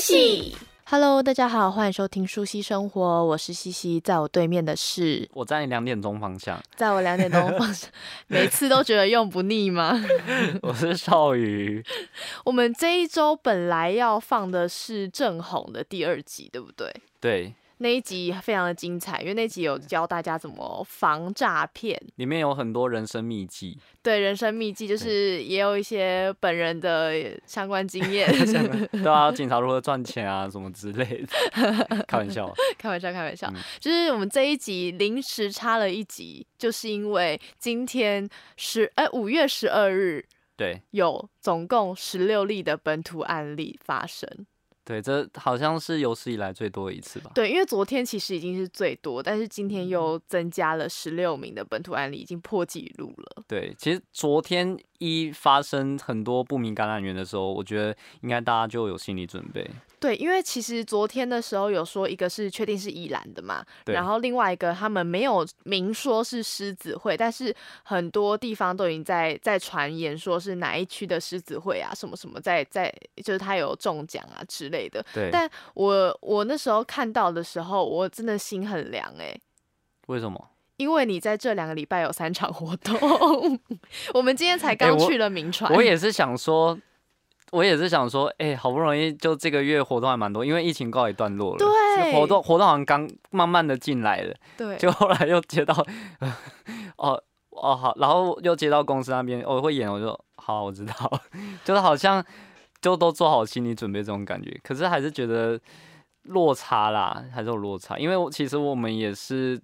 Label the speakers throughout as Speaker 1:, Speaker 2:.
Speaker 1: 系。Hello，大家好，欢迎收听《舒西生活》，我是西西，在我对面的是，
Speaker 2: 我在你两点钟方向，
Speaker 1: 在我两点钟 放下，每次都觉得用不腻吗？
Speaker 2: 我是少宇。
Speaker 1: 我们这一周本来要放的是正红的第二集，对不对？
Speaker 2: 对，
Speaker 1: 那一集非常的精彩，因为那集有教大家怎么防诈骗，
Speaker 2: 里面有很多人生秘籍，
Speaker 1: 对人生秘籍，就是也有一些本人的相关经 验。
Speaker 2: 对啊，警察如何赚钱啊，什么之类的。 开玩笑，
Speaker 1: 开玩笑，开玩笑，
Speaker 2: 嗯
Speaker 1: 就是我们这一集临时插了一集，就是因为今天十哎五月十二日
Speaker 2: 对
Speaker 1: 有总共十六例的本土案例发生。
Speaker 2: 对，这好像是有史以来最多的一次吧。
Speaker 1: 对，因为昨天其实已经是最多，但是今天又增加了十六名的本土案例，已经破纪录了。
Speaker 2: 对，其实昨天一发生很多不明感染源的时候，我觉得应该大家就有心理准备。
Speaker 1: 对，因为其实昨天的时候有说一个是确定是宜兰的嘛，
Speaker 2: 对
Speaker 1: 然后另外一个他们没有明说是狮子会，但是很多地方都已经在在传言说是哪一区的狮子会啊，什么什么在在就是他有中奖啊之类的。
Speaker 2: 对，
Speaker 1: 但我我那时候看到的时候，我真的心很凉欸诶、
Speaker 2: 为什么？
Speaker 1: 因为你在这两个礼拜有三场活动， 我们今天才刚
Speaker 2: 我
Speaker 1: 去了名传、
Speaker 2: 我也是想说，我也是想说，哎、好不容易就这个月活动还蛮多，因为疫情告一段落了，
Speaker 1: 对
Speaker 2: 活动活动好像刚慢慢的进来了。
Speaker 1: 对，
Speaker 2: 就后来又接到， 哦哦好，然后又接到公司那边，哦会演，我就好我知道， 就是好像就都做好心理准备这种感觉，可是还是觉得落差啦，还是有落差，因为我其实我们也是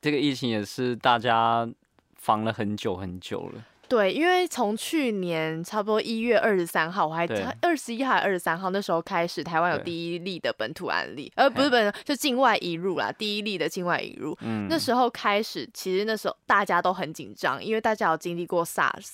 Speaker 2: 这个疫情也是大家防了很久很久了，
Speaker 1: 对，因为从去年差不多一月二十三号，我还
Speaker 2: 对
Speaker 1: 二十一还二十三号那时候开始，台湾有
Speaker 2: 对
Speaker 1: 第一例的本土案例，呃，不是
Speaker 2: 嘿
Speaker 1: 本土，就境外移入啦，第一例的境外移入。
Speaker 2: 嗯，
Speaker 1: 那时候开始，其实那时候大家都很紧张，因为大家有经历过 SARS，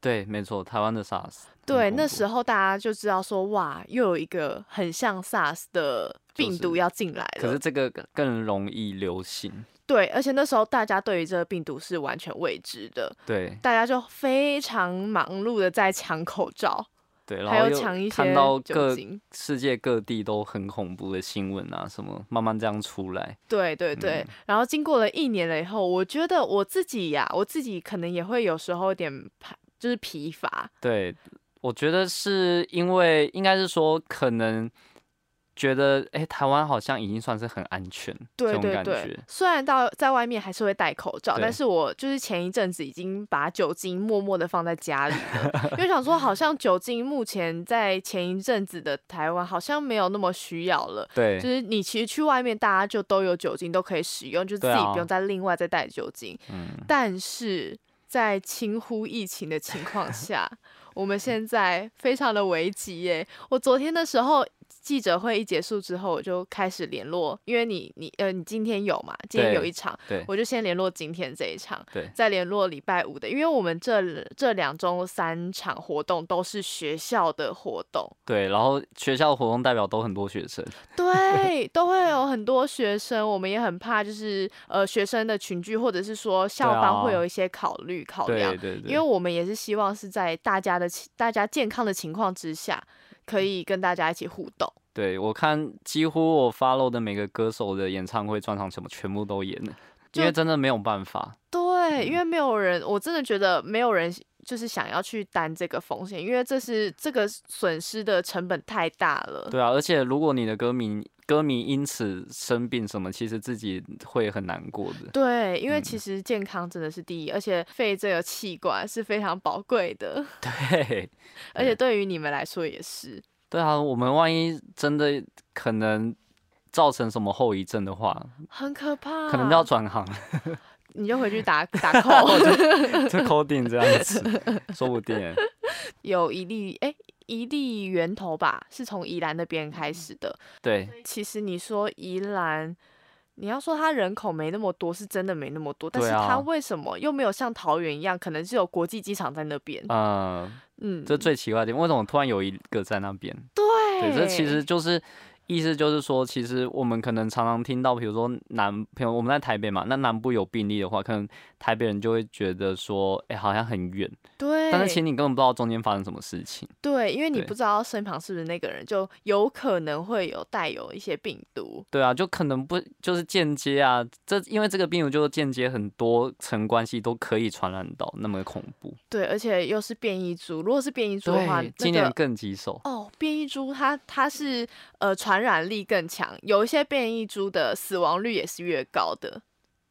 Speaker 2: 对，没错，台湾的 SARS，
Speaker 1: 对，那时
Speaker 2: 候
Speaker 1: 候大家就知道说，哇，又有一个很像 SARS 的
Speaker 2: 就
Speaker 1: 病
Speaker 2: 是
Speaker 1: 毒要进来了。
Speaker 2: 可是这个更容易流行，
Speaker 1: 对，而且那时候大家对于这个病毒是完全未知的，
Speaker 2: 对
Speaker 1: 大家就非常忙碌的在抢口罩，
Speaker 2: 对，然
Speaker 1: 还
Speaker 2: 后
Speaker 1: 有
Speaker 2: 又
Speaker 1: 抢一
Speaker 2: 看
Speaker 1: 些
Speaker 2: 到
Speaker 1: 酒
Speaker 2: 各
Speaker 1: 精。
Speaker 2: 世界各地都很恐怖的新闻啊，什么慢慢这样出来，
Speaker 1: 对对对，
Speaker 2: 嗯
Speaker 1: 然后经过了一年了以后，我觉得我自己呀、我自己可能也会有时候有点怕，就是疲乏。
Speaker 2: 对，我觉得是因为应该是说可能觉得哎、诶台湾好像已经算是很安全这
Speaker 1: 对
Speaker 2: 种
Speaker 1: 对
Speaker 2: 感
Speaker 1: 对
Speaker 2: 觉，，
Speaker 1: 虽然到在外面还是会戴口罩，
Speaker 2: 对
Speaker 1: 但是我就是前一阵子已经把酒精默默的放在家里 了，因为想说好像酒精目前在前一阵子的台湾好像没有那么需要了。
Speaker 2: 对
Speaker 1: 就是你其实去外面，大家就都有酒精，都可以使用，就是自
Speaker 2: 对
Speaker 1: 己
Speaker 2: 啊
Speaker 1: 不用再另外再带酒精。
Speaker 2: 嗯，
Speaker 1: 但是在轻忽疫情的情况下，我们现在非常的危急耶！我昨天的时候记者会一结束之后，我就开始联络，因为你你呃你今天有嘛？今天有
Speaker 2: 对
Speaker 1: 一场，
Speaker 2: 对
Speaker 1: 我就先联络今天这一场，
Speaker 2: 对
Speaker 1: 再联络礼拜五的，因为我们这这两周三场活动都是学校的活动，
Speaker 2: 对，然后学校活动代表都很多学生，
Speaker 1: 对，都会有很多学生，我们也很怕，就是呃学生的群聚，或者是说校
Speaker 2: 对
Speaker 1: 方会
Speaker 2: 啊
Speaker 1: 有一些考虑考量
Speaker 2: 对。对对，
Speaker 1: 因为我们也是希望是在大家的情大家健康的情况之下，可以跟大家一起互动。
Speaker 2: 对我看几乎我 follow 的每个歌手的演唱会、专场什么全部都演了，因为
Speaker 1: 就
Speaker 2: 真的没有办法，
Speaker 1: 对，
Speaker 2: 嗯
Speaker 1: 因为没有人，我真的觉得没有人就是想要去担这个风险，因为这是这个损失的成本太大了。
Speaker 2: 对啊，而且如果你的歌迷歌迷因此生病什么，其实自己会很难过的。
Speaker 1: 对，因为
Speaker 2: 嗯
Speaker 1: 其实健康真的是第一，而且肺这个器官是非常宝贵的，
Speaker 2: 对，
Speaker 1: 而且对于你们来说也是。
Speaker 2: 对啊，我们万一真的可能造成什么后遗症的话，
Speaker 1: 很可怕，
Speaker 2: 可能要转行，
Speaker 1: 你就回去 打打 call。
Speaker 2: 就 coding 这样 子，说不定欸。
Speaker 1: 有一例，哎、一例源头吧，是从宜兰那边开始的，
Speaker 2: 对
Speaker 1: 其实你说宜兰，你要说它人口没那么多，是真的没那么多，但是
Speaker 2: 对啊
Speaker 1: 它为什么又没有像桃园一样，可能是有国际机场在那边？
Speaker 2: 嗯，
Speaker 1: 嗯，
Speaker 2: 这最奇怪的地方，为什么突然有一个在那边？
Speaker 1: 对
Speaker 2: 对，这其实就是意思就是说，其实我们可能常常听到，比如说南，比如我们在台北嘛，那南部有病例的话，可能台北人就会觉得说，哎、好像很远，
Speaker 1: 对，
Speaker 2: 但是其实你根本不知道中间发生什么事情。
Speaker 1: 对，因为你
Speaker 2: 对
Speaker 1: 不知道身旁是不是那个人，就有可能会有带有一些病毒。
Speaker 2: 对啊，就可能不就是间接啊，这因为这个病毒就是间接很多层关系都可以传染到，那么恐怖。
Speaker 1: 对，而且又是变异株，如果是变异株的话，
Speaker 2: 对，今
Speaker 1: 那
Speaker 2: 年
Speaker 1: 个
Speaker 2: 更棘手。
Speaker 1: 哦，变异株它它是呃传染力更强，有一些变异株的死亡率也是越高的。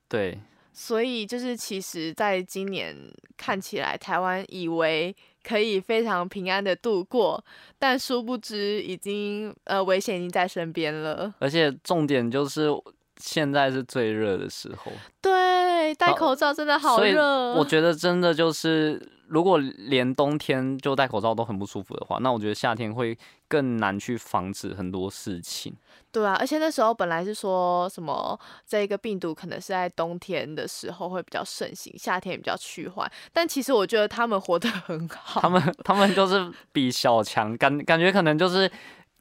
Speaker 2: 对，
Speaker 1: 所以就是，其实在今年看起来，台湾以为可以非常平安的度过，但殊不知已经呃危险已经在身边了。
Speaker 2: 而且重点就是现在是最热的时候，
Speaker 1: 对，戴
Speaker 2: 好
Speaker 1: 口罩真的好
Speaker 2: 所以
Speaker 1: 热。啊
Speaker 2: 我觉得真的就是，如果连冬天就戴口罩都很不舒服的话，那我觉得夏天会更难去防止很多事情。
Speaker 1: 对啊，而且那时候本来是说什么这个病毒可能是在冬天的时候会比较盛行，夏天也比较趋缓。但其实我觉得他们活得很好，
Speaker 2: 他们他们就是比小强感感觉可能就是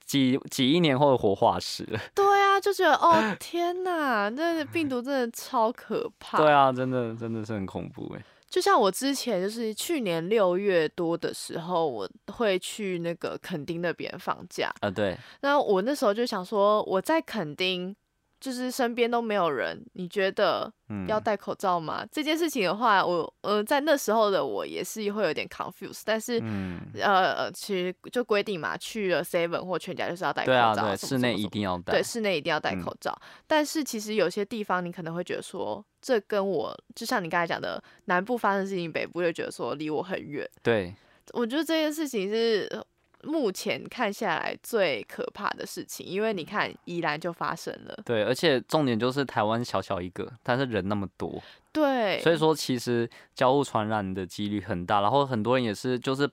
Speaker 2: 几几亿年后的活化石了。
Speaker 1: 对啊，就觉得哦天哪，那病毒真的超可怕。
Speaker 2: 对啊，真的真的是很恐怖哎、
Speaker 1: 就像我之前就是去年六月多的时候，我会去那个垦丁那边放假，
Speaker 2: 啊，对，
Speaker 1: 那我那时候就想说我在垦丁。就是身边都没有人，你觉得
Speaker 2: 嗯，
Speaker 1: 要戴口罩吗？这件事情的话，我呃在那时候的我也是会有点 confuse，但是、
Speaker 2: 嗯，
Speaker 1: 呃呃其实就规定嘛，去了 seven 或全家就是要戴口
Speaker 2: 对
Speaker 1: 罩，
Speaker 2: 啊，对，
Speaker 1: 什么
Speaker 2: 室
Speaker 1: 什
Speaker 2: 内
Speaker 1: 么
Speaker 2: 一
Speaker 1: 什么
Speaker 2: 定要戴
Speaker 1: 对，。室内一定要戴
Speaker 2: 嗯
Speaker 1: 口罩。但是其实有些地方你可能会觉得说，这跟我就像你刚才讲的，南部发生的事情，北部就觉得说离我很远。
Speaker 2: 对，
Speaker 1: 我觉得这件事情是呃目前看下来最可怕的事情，因为你看宜兰就发生了，
Speaker 2: 对，而且重点就是台湾小小一个，但是人那么多，
Speaker 1: 对，
Speaker 2: 所以说其实交互传染的几率很大，然后很多人也是就是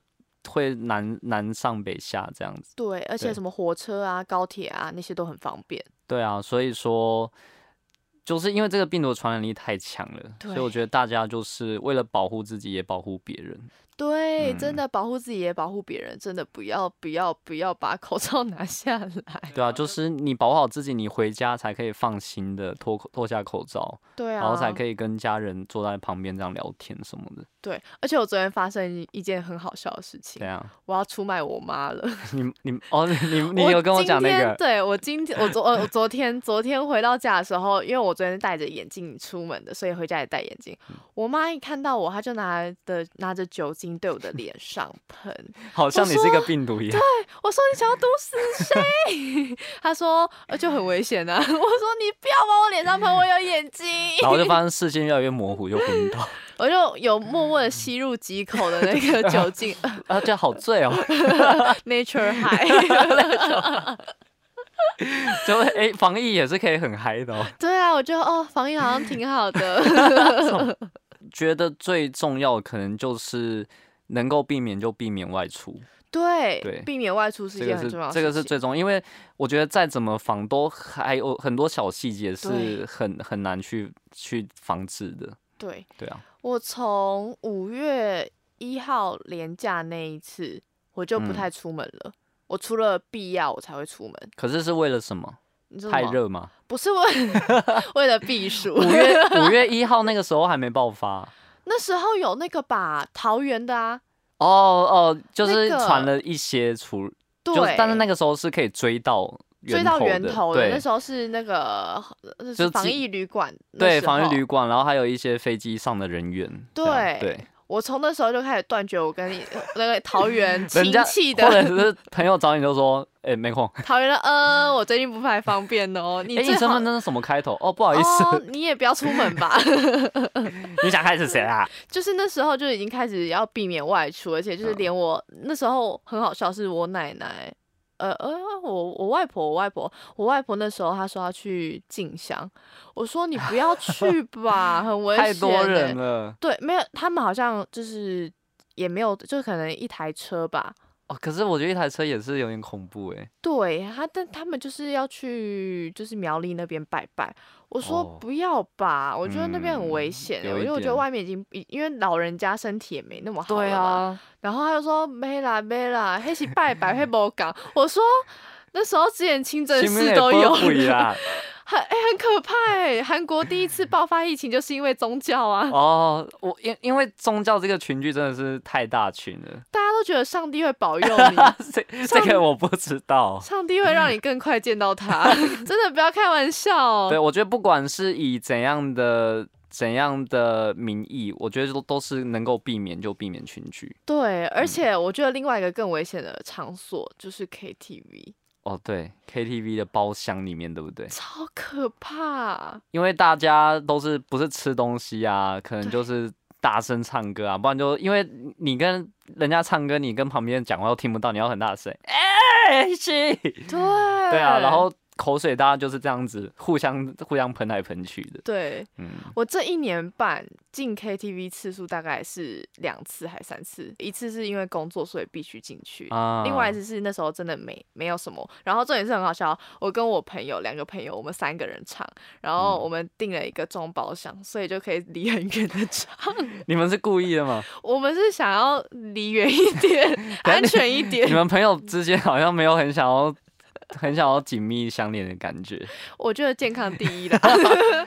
Speaker 2: 会南南上北下这样子。
Speaker 1: 对，而且
Speaker 2: 对
Speaker 1: 什么火车啊、高铁啊那些都很方便。
Speaker 2: 对啊，所以说就是因为这个病毒的传染力太强了，所以我
Speaker 1: 对
Speaker 2: 觉得大家就是为了保护自己也保护别人。
Speaker 1: 对，真
Speaker 2: 嗯
Speaker 1: 的保护自己也保护别人，真的不要不要不要把口罩 拿下来。
Speaker 2: 对啊，就是你保护好自己，你回家才可以放心的脱口脱下口罩，
Speaker 1: 对啊，
Speaker 2: 然后才可以跟家人坐在旁边这样聊天什么的。
Speaker 1: 对，而且我昨天发生一件很好笑的事情
Speaker 2: 对，啊，
Speaker 1: 我要出卖我妈了。
Speaker 2: 你你哦， 你你你有跟我
Speaker 1: 今
Speaker 2: 讲那
Speaker 1: 天
Speaker 2: 个，
Speaker 1: 对我今天我昨呃我昨天昨天回到家的时候，因为我昨天戴着眼镜出门的，所以回家也戴眼镜。
Speaker 2: 嗯
Speaker 1: 我妈一看到我，她就拿的拿着酒精对我的脸上喷。
Speaker 2: 好像你是一个病毒一样。
Speaker 1: 我说你想要毒死谁？ 她说呃就很危险啊。我 说你不要往我脸上喷，我有眼睛。
Speaker 2: 然后就发现视线越来越模糊，就昏倒。
Speaker 1: 我就有默默的吸入几口的那个酒精呃
Speaker 2: 啊，这样好醉哦，
Speaker 1: ，Nature High。
Speaker 2: 就哎、诶防疫也是可以很嗨的哦。
Speaker 1: 对啊，我觉得哦，防疫好像挺好的。
Speaker 2: 觉得最重要的可能就是能够避免就避免外出，
Speaker 1: 对，
Speaker 2: 对
Speaker 1: 避免外出是
Speaker 2: 这
Speaker 1: 一
Speaker 2: 个
Speaker 1: 件
Speaker 2: 是
Speaker 1: 很重要的
Speaker 2: 这个
Speaker 1: 事
Speaker 2: 是
Speaker 1: 情。
Speaker 2: 最重要，因为我觉得再怎么防都还有很多小细节
Speaker 1: 对
Speaker 2: 是很很难去去防治的。
Speaker 1: 对，
Speaker 2: 对啊，
Speaker 1: 我从五月一号连假那一次，我就不
Speaker 2: 嗯
Speaker 1: 太出门了。我除了必要，我才会出门。
Speaker 2: 可是是为了什么？
Speaker 1: 你知道
Speaker 2: 太
Speaker 1: 吗？
Speaker 2: 热吗？
Speaker 1: 不是为为了 避暑
Speaker 2: 五。月五月一号那个时候还没爆发。
Speaker 1: 那时候有那个吧，桃园的啊，
Speaker 2: 哦哦，就
Speaker 1: 那
Speaker 2: 是
Speaker 1: 个
Speaker 2: 传了一些除，
Speaker 1: 对，
Speaker 2: 就是但是那个时候是可以追到
Speaker 1: 追到源
Speaker 2: 的
Speaker 1: 头
Speaker 2: 对
Speaker 1: 那时候是那个呃
Speaker 2: 就是
Speaker 1: 防
Speaker 2: 基
Speaker 1: 疫旅馆那
Speaker 2: 对，
Speaker 1: 时
Speaker 2: 防
Speaker 1: 候
Speaker 2: 疫旅馆，然后还有一些飞机上的人员。这样
Speaker 1: 对
Speaker 2: 对，
Speaker 1: 我从那时候就开始断绝我跟 你那个桃园亲
Speaker 2: 人家
Speaker 1: 戚
Speaker 2: 或者
Speaker 1: 的
Speaker 2: 是朋友找你就 说，哎、没空。
Speaker 1: 桃园的，呃，我最近不太方便 哦，你
Speaker 2: 哎、
Speaker 1: 最
Speaker 2: 你身
Speaker 1: 好
Speaker 2: 份证是什么开头？哦，不好意思，
Speaker 1: 哦，你也不要出门吧。
Speaker 2: 你想害死谁啊？
Speaker 1: 就是那时候就已经开始要避免外出，而且
Speaker 2: 嗯
Speaker 1: 就是连我、那时候很好笑，是我奶奶，呃呃，我我外婆，我外婆，我外婆那时候她说要去静香，我说你不要去 吧，很危险、欸
Speaker 2: 太多人。了
Speaker 1: 对，没有，他们好像就是也没有，就可能一台车吧。
Speaker 2: 哦。可是我觉得一台车也是有点恐怖哎、
Speaker 1: 对他，但他们就是要去，就是苗栗那边拜拜。我说
Speaker 2: 哦
Speaker 1: 不要吧，我觉得那边很危
Speaker 2: 嗯
Speaker 1: 险、欸，
Speaker 2: 有
Speaker 1: 我
Speaker 2: 一
Speaker 1: 因为我觉得
Speaker 2: 点
Speaker 1: 外面已经，因为老人家身体也没那么好了
Speaker 2: 对
Speaker 1: 嘛
Speaker 2: 啊，
Speaker 1: 然后他就说没啦没啦，黑是拜拜黑不讲。我说那时候之前清真
Speaker 2: 前面
Speaker 1: 寺
Speaker 2: 也
Speaker 1: 都
Speaker 2: 不
Speaker 1: 有
Speaker 2: 贵啊
Speaker 1: 了，
Speaker 2: 啦。
Speaker 1: 很哎、很可怕哎、韩国第一次爆发疫情就是因为宗教啊，
Speaker 2: 哦，我因因为宗教这个群聚真的是太大群了，
Speaker 1: 大家都觉得上帝会保佑你，
Speaker 2: 这这
Speaker 1: 上
Speaker 2: 个我不知道。
Speaker 1: 上帝会让你更快见到他， 真的不要开玩笑哦、
Speaker 2: 对，我觉得不管是以怎样的怎样的名义，我觉得都都是能够避免就避免群聚。
Speaker 1: 对，
Speaker 2: 嗯
Speaker 1: 而且我觉得另外一个更危险的场所就是 KTV，
Speaker 2: 哦，对，KTV 的包厢里面，对不对？
Speaker 1: 超可怕。
Speaker 2: 因为大家都是不是吃东西啊，可能
Speaker 1: 对
Speaker 2: 就是大声唱歌啊，不然就因为你跟人家唱歌，你跟旁边讲话都听不到，你要很大声，哎、是，
Speaker 1: 对，
Speaker 2: 对
Speaker 1: 对
Speaker 2: 啊，然后口水大家就是这样子互相互相喷来喷去的，
Speaker 1: 对
Speaker 2: 嗯，
Speaker 1: 我这一年半进 KTV 次数大概是两次还三次，一次是因为工作所以必须进去。
Speaker 2: 啊
Speaker 1: 另外一次是那时候真的没没有什么，然后重点是很好笑，我跟我朋友两个朋友，我们三个人唱，然后
Speaker 2: 嗯
Speaker 1: 我们订了一个中包厢，所以就可以离很远的唱。
Speaker 2: 你们是故意的吗？
Speaker 1: 我们是想要离远一 点，安全一点
Speaker 2: 你。们朋友之间好像没有很想要。很想要紧密相连的感觉，
Speaker 1: 我觉得健康第 一啦，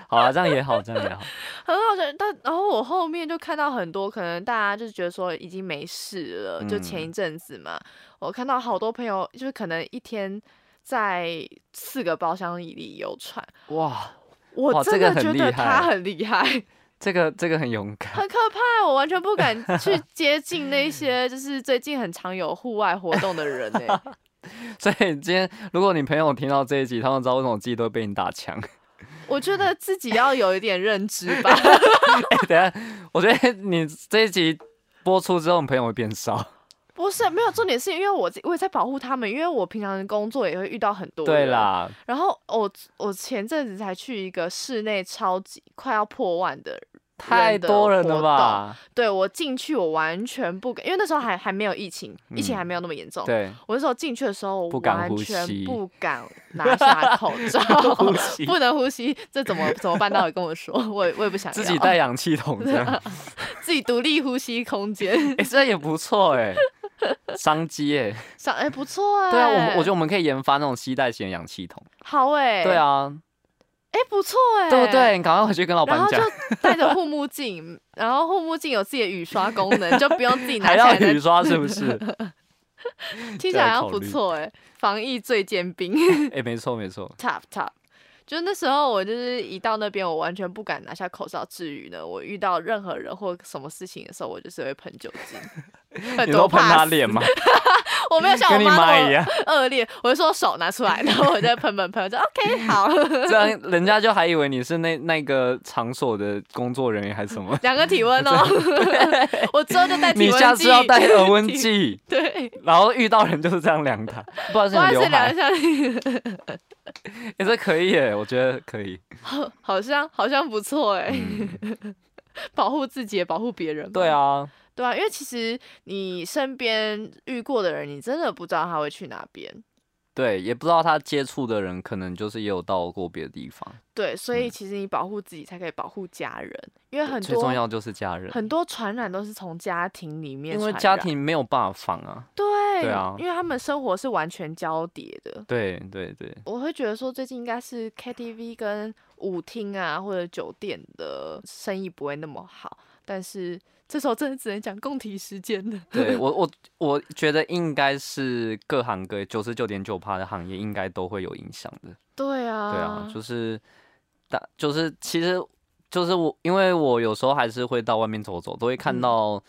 Speaker 2: 好啊，这样也好，这样也好，
Speaker 1: 很好笑。但然后我后面就看到很多，可能大家就觉得说已经没事了，就前
Speaker 2: 嗯
Speaker 1: 一阵子嘛，我看到好多朋友就是可能一天在四个包厢里游船，
Speaker 2: 哇，哇
Speaker 1: 我
Speaker 2: 这
Speaker 1: 真
Speaker 2: 个
Speaker 1: 的
Speaker 2: 很
Speaker 1: 觉
Speaker 2: 厉
Speaker 1: 得
Speaker 2: 害
Speaker 1: 他很厉 害，
Speaker 2: 这个这个很勇敢，
Speaker 1: 很可怕，我完全不敢去接近那些就是最近很常有户外活动的人呢、欸
Speaker 2: 所以今天如果你朋友听到这一集，他们知道为什么我自己都会被你打枪。
Speaker 1: 我觉得自己要有一点认知吧。
Speaker 2: 哎、等一下，我觉得你这一集播出之后，你朋友会变少。
Speaker 1: 不是，没有重点是因为我自我也在保护他们，因为我平常的工作也会遇到很多
Speaker 2: 对
Speaker 1: 人。
Speaker 2: 啦，
Speaker 1: 然后我我前阵子才去一个室内超级快要破万的，
Speaker 2: 太多人了吧？
Speaker 1: 对我进去我完全不敢，因为那时候还还没有疫情，疫情还没有那么严重。
Speaker 2: 嗯对，
Speaker 1: 我那时候进去的时候，我
Speaker 2: 不敢
Speaker 1: 完
Speaker 2: 呼
Speaker 1: 全
Speaker 2: 吸
Speaker 1: 不敢拿下 口
Speaker 2: 呼
Speaker 1: 罩，
Speaker 2: 吸
Speaker 1: 不能呼吸，这怎么怎么办到？你跟我说，我也我也不想
Speaker 2: 自
Speaker 1: 要
Speaker 2: 己带氧气筒这样， 哎、
Speaker 1: 自己独立呼吸空 间，
Speaker 2: 这也不错哎、商机哎、
Speaker 1: 想哎、不错哎、
Speaker 2: 对啊，我们我觉得我们可以研发那种吸带型的氧气筒。
Speaker 1: 好哎、
Speaker 2: 对，啊，
Speaker 1: 哎、不错哎、
Speaker 2: 对不对？你赶快回去跟老
Speaker 1: 然
Speaker 2: 板
Speaker 1: 后就
Speaker 2: 讲，
Speaker 1: 戴着护目镜，然后护目镜有自己的雨刷功能，就不用 自己拿
Speaker 2: 还
Speaker 1: 起
Speaker 2: 要
Speaker 1: 来再。
Speaker 2: 雨刷是不是？
Speaker 1: 听 起来
Speaker 2: 再
Speaker 1: 好像
Speaker 2: 考
Speaker 1: 不
Speaker 2: 虑
Speaker 1: 错哎、防疫最尖 兵
Speaker 2: 哎、没错没错，
Speaker 1: ，top top。就那时候我就是一到那边，我完全不敢拿下口罩。至于呢，我遇到任何人或什么事情的时候，我就是会喷酒精。很
Speaker 2: 你
Speaker 1: 多
Speaker 2: 都喷
Speaker 1: 怕
Speaker 2: 他
Speaker 1: 死
Speaker 2: 脸吗？
Speaker 1: 我没有像我
Speaker 2: 跟你妈
Speaker 1: 那
Speaker 2: 一
Speaker 1: 么
Speaker 2: 样。
Speaker 1: 恶劣，我就说手拿出来，然后我就 喷喷喷，我就 OK 好。
Speaker 2: 这样人家就还以为你是那那个场所的工作人员还是
Speaker 1: 。
Speaker 2: 什么
Speaker 1: 量个体温 哦，我之后就带体
Speaker 2: 你
Speaker 1: 温计。
Speaker 2: 下次要带额温计，
Speaker 1: 对，
Speaker 2: 然后遇到人就是这样量他，不然 是
Speaker 1: 不
Speaker 2: 你
Speaker 1: 好意
Speaker 2: 刘
Speaker 1: 思，量
Speaker 2: 海
Speaker 1: 一，下你。
Speaker 2: 也、这可以耶，我觉得可以。
Speaker 1: 好像好像不错哎、
Speaker 2: 嗯，
Speaker 1: 保护自己也保护别人。
Speaker 2: 对，啊，
Speaker 1: 对啊，因为其实你身边遇过的人，你真的不知道他会去哪边。
Speaker 2: 对，也不知道他接触的人可能就是也有到过别的地方，
Speaker 1: 对，所以
Speaker 2: 嗯
Speaker 1: 其实你保护自己才可以保护家人，因为很
Speaker 2: 最重
Speaker 1: 多
Speaker 2: 要就是家人，
Speaker 1: 很多传染都是从家庭里面
Speaker 2: 因
Speaker 1: 传
Speaker 2: 为
Speaker 1: 染，
Speaker 2: 家庭没有办法防啊。
Speaker 1: 对
Speaker 2: 对啊
Speaker 1: 因为他们生活是完全交叠的。
Speaker 2: 对对对，
Speaker 1: 我会觉得说，最近应该是 KTV 跟舞厅啊或者酒店的生意不会那么好，但是这时候真的只能讲共体时间了。
Speaker 2: 对我我我觉得应该是各行各业九十九点九趴的行业应该都会有影响的。
Speaker 1: 对啊，
Speaker 2: 对啊，就是大就是其实就是我，因为我有时候还是会到外面走走，都会看
Speaker 1: 嗯
Speaker 2: 到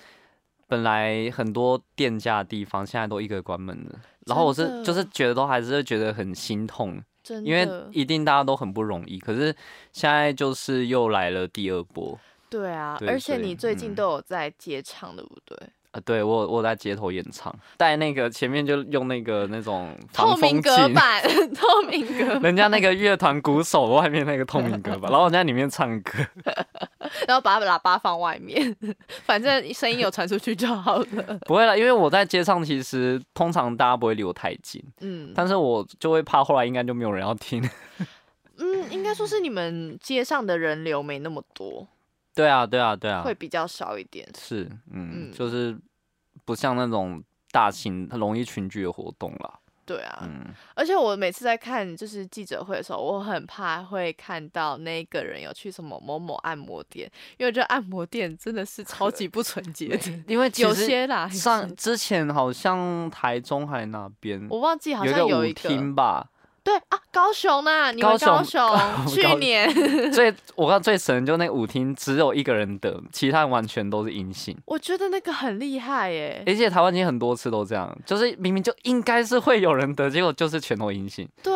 Speaker 2: 本来很多店家的地方现在都一个关门了。然后我
Speaker 1: 真
Speaker 2: 是就是
Speaker 1: 的
Speaker 2: 觉得都还是会觉得很心痛，
Speaker 1: 真的，
Speaker 2: 因为一定大家都很不容易。可是现在就是又来了第二波
Speaker 1: 对啊，
Speaker 2: 对
Speaker 1: 而且
Speaker 2: 所以
Speaker 1: 你最近
Speaker 2: 嗯
Speaker 1: 都有在接唱，对不对？
Speaker 2: 啊、呃对我我在街头演唱，戴那个前面就用那个那种
Speaker 1: 透
Speaker 2: 防
Speaker 1: 明
Speaker 2: 风
Speaker 1: 隔
Speaker 2: 镜，
Speaker 1: 板， 透明隔板，
Speaker 2: 人家那个乐团鼓手外面那个透明隔板，然后人家里面唱歌，
Speaker 1: 然后把喇叭放外面，反正声音有传出去就好 了。
Speaker 2: 不会啦，因为我在街上，其实通常大家不会离我太近，
Speaker 1: 嗯
Speaker 2: 但是我就会怕后来应该就没有人要听。
Speaker 1: 嗯，应该说是你们街上的人流没那么多，
Speaker 2: 对啊，对啊，对啊
Speaker 1: 会，比较少一点。
Speaker 2: 是，嗯，
Speaker 1: 嗯
Speaker 2: 就是不像那种大型容易群聚的活动啦。
Speaker 1: 对啊，
Speaker 2: 嗯，
Speaker 1: 而且我每次在看就是记者会的时候，我很怕会看到那个人有去什么某某按摩店，因为我觉得按摩店真的是 超级不纯洁的，
Speaker 2: 嗯因为其
Speaker 1: 有
Speaker 2: 实
Speaker 1: 些哎啦，
Speaker 2: 上之前好像台中还哪边
Speaker 1: 我忘记好
Speaker 2: 有一
Speaker 1: 像有
Speaker 2: 个
Speaker 1: 一
Speaker 2: 舞
Speaker 1: 个
Speaker 2: 厅吧，
Speaker 1: 对啊，高雄呐、你们
Speaker 2: 高雄
Speaker 1: 高雄 去
Speaker 2: 高
Speaker 1: 年
Speaker 2: 最我看最神就那舞厅只有一个人得，其他人完全都是阴性。
Speaker 1: 我觉得那个很厉害耶、
Speaker 2: 而且台湾已经很多次都这样，就是明明就应该是会有人得，结果就是全都阴性，
Speaker 1: 对，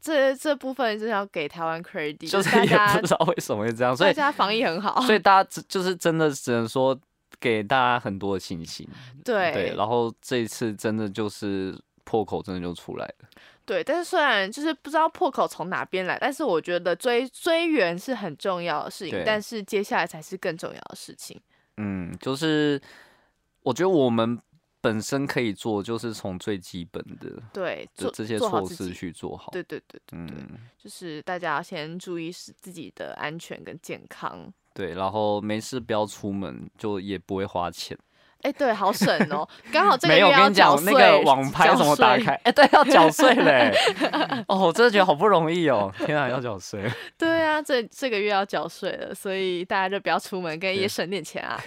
Speaker 1: 这这部分真的要给台湾 credit，
Speaker 2: 就是是
Speaker 1: 大
Speaker 2: 也
Speaker 1: 家
Speaker 2: 不知道为什么会这样，所
Speaker 1: 大
Speaker 2: 以
Speaker 1: 家哦防疫很好，
Speaker 2: 所以大家只就是真的只能说给大家很多的信心，
Speaker 1: 对
Speaker 2: 对，然后这一次真的就是破口真的就出来了，
Speaker 1: 对，但是虽然就是不知道破口从哪边来，但是我觉得追追源是很重要的事情，
Speaker 2: 对
Speaker 1: 但是接下来才是更重要的事情。
Speaker 2: 嗯，就是我觉得我们本身可以做，就是从最基本的
Speaker 1: 对，
Speaker 2: 的
Speaker 1: 做
Speaker 2: 这些
Speaker 1: 做好
Speaker 2: 措
Speaker 1: 自
Speaker 2: 施
Speaker 1: 己
Speaker 2: 去做好，
Speaker 1: 对对对对，
Speaker 2: 嗯，
Speaker 1: 就是大家要先注意是自己的安全跟健康。
Speaker 2: 对，然后没事不要出门，就也不会花钱。
Speaker 1: 哎，对，好省 哦，刚好这个
Speaker 2: 没
Speaker 1: 月
Speaker 2: 有，我
Speaker 1: 要
Speaker 2: 跟你
Speaker 1: 缴
Speaker 2: 讲，
Speaker 1: 税，
Speaker 2: 那个网拍
Speaker 1: 缴
Speaker 2: 怎么打
Speaker 1: 税
Speaker 2: 开？？哎、对，要缴税 嘞！哦，我真的觉得好不容易哦，天啊，要缴税。
Speaker 1: 对啊，这这个月要缴税了，所以大家就不要出门，跟也
Speaker 2: 对
Speaker 1: 省点钱啊。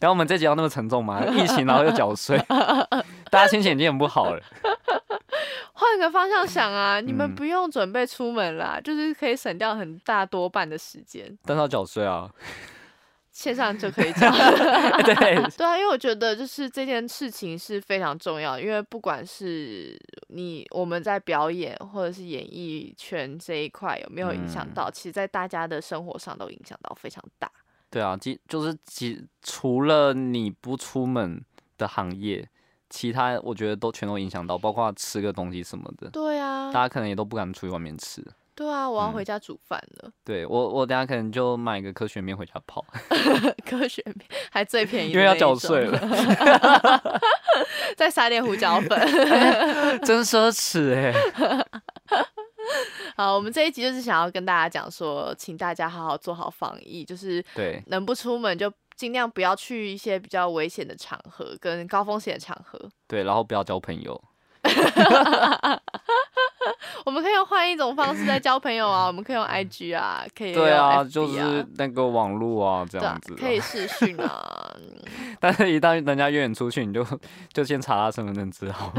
Speaker 2: 然后我们这集要那么沉重吗？ 疫情然后又缴 税，大家心情已经很不好了。
Speaker 1: 换个方向想啊，你们
Speaker 2: 嗯
Speaker 1: 不用准备出门啦，就是可以省掉很大多半的时间，
Speaker 2: 但是要缴税 啊，
Speaker 1: 线上就可以缴。
Speaker 2: 对，
Speaker 1: 对啊，因为我觉得就是这件事情是非常重要，因为不管是你我们在表演或者是演艺圈这一块有没有影响
Speaker 2: 嗯
Speaker 1: 到，其实，在大家的生活上都影响到非常大。
Speaker 2: 对啊，即就是即除了你不出门的行业，其他我觉得都全都影响到，包括吃个东西什么的，
Speaker 1: 对啊
Speaker 2: 大，家可能也都不敢出去外面吃。
Speaker 1: 对啊，我要
Speaker 2: 嗯
Speaker 1: 回家煮饭了，
Speaker 2: 对我，我等下可能就买个科学面回家泡，
Speaker 1: 科学面还最便宜，
Speaker 2: 因为要缴税
Speaker 1: 了，
Speaker 2: 了，
Speaker 1: 再撒点胡椒粉。
Speaker 2: 真奢侈哎、
Speaker 1: 好，我们这一集就是想要跟大家讲说，请大家好好做好防疫，就是
Speaker 2: 对，
Speaker 1: 能不出门就尽量不要去一些比较危险的场合跟高风险的场合。
Speaker 2: 对，然后不要交朋友。
Speaker 1: 我们可以用换一种方式在交朋友啊，我们可以用 IG 啊，可以用
Speaker 2: 嗯对
Speaker 1: FB 啊，
Speaker 2: 就是那个网络啊，这
Speaker 1: 对
Speaker 2: 样
Speaker 1: 啊
Speaker 2: 子、，
Speaker 1: 可以。视讯啊。嗯
Speaker 2: 但是，一旦人家约你出去，你就 就先查他身份证 字号。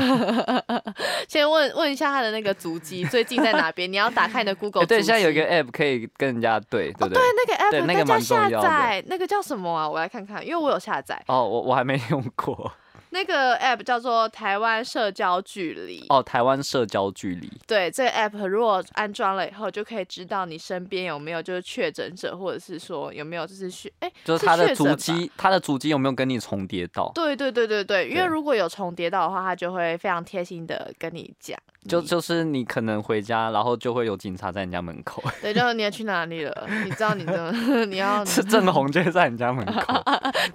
Speaker 1: 先问问一下他的那个足迹最近在哪边，你要打开你的 Google
Speaker 2: 哎，
Speaker 1: 足迹。
Speaker 2: 对，现在有一个 app 可以跟人家对，
Speaker 1: 哦，
Speaker 2: 对不
Speaker 1: 对
Speaker 2: 对？，
Speaker 1: 那个 app
Speaker 2: 对那个
Speaker 1: 大家
Speaker 2: 蛮重
Speaker 1: 下
Speaker 2: 要的
Speaker 1: 载，那个叫什么啊？我来看看，因为我有下载
Speaker 2: 哦，我我还没用过。
Speaker 1: 那个 app 叫做台湾社交距离。
Speaker 2: 哦，台湾社交距离。
Speaker 1: 对，这个 app 如果安装了以后，就可以知道你身边有没有就是确诊者，或者是说有没有就是去哎，
Speaker 2: 就是他的
Speaker 1: 确诊
Speaker 2: 足
Speaker 1: 吧
Speaker 2: 迹，他的足迹有没有跟你重叠到？
Speaker 1: 对对对对对，因为
Speaker 2: 对
Speaker 1: 如果有重叠到的话，他就会非常贴心的跟你讲，
Speaker 2: 就
Speaker 1: 你
Speaker 2: 就是你可能回家，然后就会有警察在你家门口，
Speaker 1: 对，就是你要去哪里了，你知道你的 你要
Speaker 2: 是郑红就会在你家门口。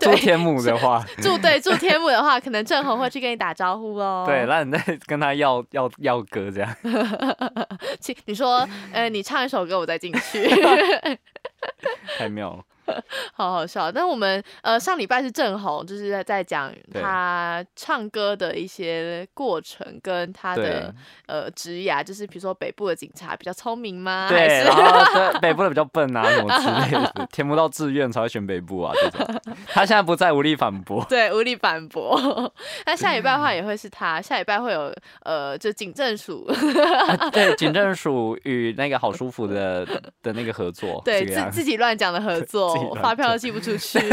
Speaker 1: 对
Speaker 2: 做天母的话，
Speaker 1: 住对住天幕的话，可能郑红会去跟你打招呼哦。
Speaker 2: 对，，那你再跟他要要要歌这样。
Speaker 1: 请你说，呃，你唱一首歌，我再进去，
Speaker 2: 太妙了。
Speaker 1: 好好笑。但我们呃上礼拜是郑红，就是在在讲
Speaker 2: 对
Speaker 1: 他唱歌的一些过程跟他
Speaker 2: 对啊
Speaker 1: 的呃职涯，就是比如说北部的警察比较聪明吗？还
Speaker 2: 对，
Speaker 1: 是
Speaker 2: 然后对北部的比较笨啊，什么之类的，填不到志愿才会选北部啊这种。他现在不在，无力反 驳。
Speaker 1: 对，无力反驳。 那下礼拜
Speaker 2: 嗯
Speaker 1: 的话也会是他，下礼拜会有呃，就警政署
Speaker 2: 对，警政署与那个好舒服的的那个合作，
Speaker 1: 对
Speaker 2: 这个
Speaker 1: 自
Speaker 2: 样子
Speaker 1: 自己乱讲的合
Speaker 2: 自己
Speaker 1: 作，
Speaker 2: 乱
Speaker 1: 发票都寄不出去。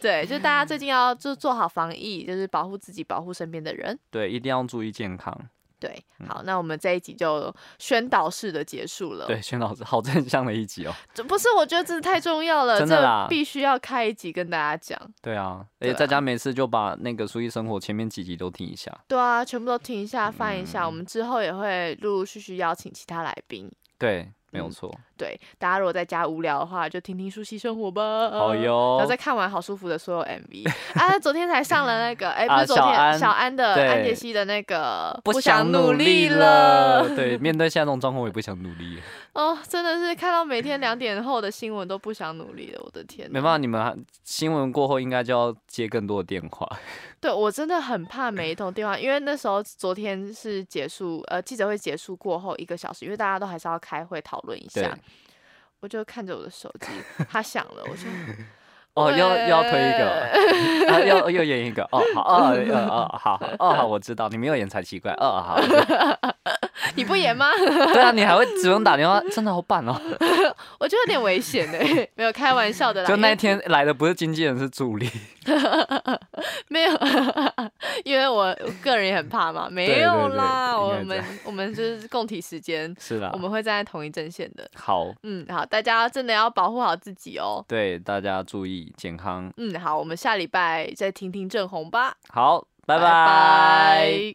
Speaker 1: 对，就大家最近要就做好防疫，就是保护自己，保护身边的人。
Speaker 2: 对，一定要注意健康。
Speaker 1: 对，
Speaker 2: 嗯
Speaker 1: 好，那我们这一集就宣导式的结束了。
Speaker 2: 对，宣老师好正向的 一集哦。
Speaker 1: 这不是，我觉得这太重要了，
Speaker 2: 真的啦
Speaker 1: 这必须要开一集跟大家讲。
Speaker 2: 对啊，而
Speaker 1: 对
Speaker 2: 且
Speaker 1: 啊
Speaker 2: 大家每次就把那个《书记生活》前面几集都听一下。
Speaker 1: 对啊，全部都听一
Speaker 2: 嗯
Speaker 1: 下，翻一下。我们之后也会陆陆续续邀请其他来宾。
Speaker 2: 对，没有
Speaker 1: 嗯
Speaker 2: 错。
Speaker 1: 对，大家如果在家无聊的话，就听听舒西生活吧。
Speaker 2: 好哟
Speaker 1: 然后再看完好舒服的所有 MV 啊，昨天才上了那个， 哎、不
Speaker 2: 啊
Speaker 1: 是昨
Speaker 2: 小
Speaker 1: 天
Speaker 2: 安
Speaker 1: 小安的
Speaker 2: 对
Speaker 1: 安杰希的那个，
Speaker 2: 不
Speaker 1: 想
Speaker 2: 努
Speaker 1: 力
Speaker 2: 了。对，面对现在这种状况，我也不想努力。
Speaker 1: 哦，真的是看到每天两点后的新闻都不想努力了，我的天哪！
Speaker 2: 没办法，你们还新闻过后应该就要接更多的电话。
Speaker 1: 对我真的很怕每一通电话，因为那时候昨天是结束，呃，记者会结束过后一个小时，因为大家都还是要开会讨论一
Speaker 2: 对
Speaker 1: 下。我就看着我的 手机，它响了，我说
Speaker 2: 哦，要要推一个， 啊、要又演一个。哦，好，哦，哦，哦好，好哦，好，我知道，你没有演才奇怪。哦，好，
Speaker 1: 你不演吗？
Speaker 2: 对啊，你还会主动打电话，真的好棒哦。
Speaker 1: 我觉得有点危险呢、 没有开玩笑的啦。
Speaker 2: 就
Speaker 1: 因
Speaker 2: 那
Speaker 1: 为
Speaker 2: 一天来的不是经纪人，是助 理。
Speaker 1: 没有， 因为我我个人也很怕嘛，
Speaker 2: 对
Speaker 1: 没
Speaker 2: 对
Speaker 1: 有
Speaker 2: 对
Speaker 1: 啦，
Speaker 2: 应
Speaker 1: 我
Speaker 2: 该这
Speaker 1: 们
Speaker 2: 样啊
Speaker 1: 我们就是共体时间，
Speaker 2: 是啦
Speaker 1: 我，们会站在同一阵线的。
Speaker 2: 好，
Speaker 1: 嗯，好，大家真的要保护好自己哦。
Speaker 2: 对大家注意健康。
Speaker 1: 嗯，好，我们下礼拜再听听正红吧，
Speaker 2: 好，拜
Speaker 1: 拜拜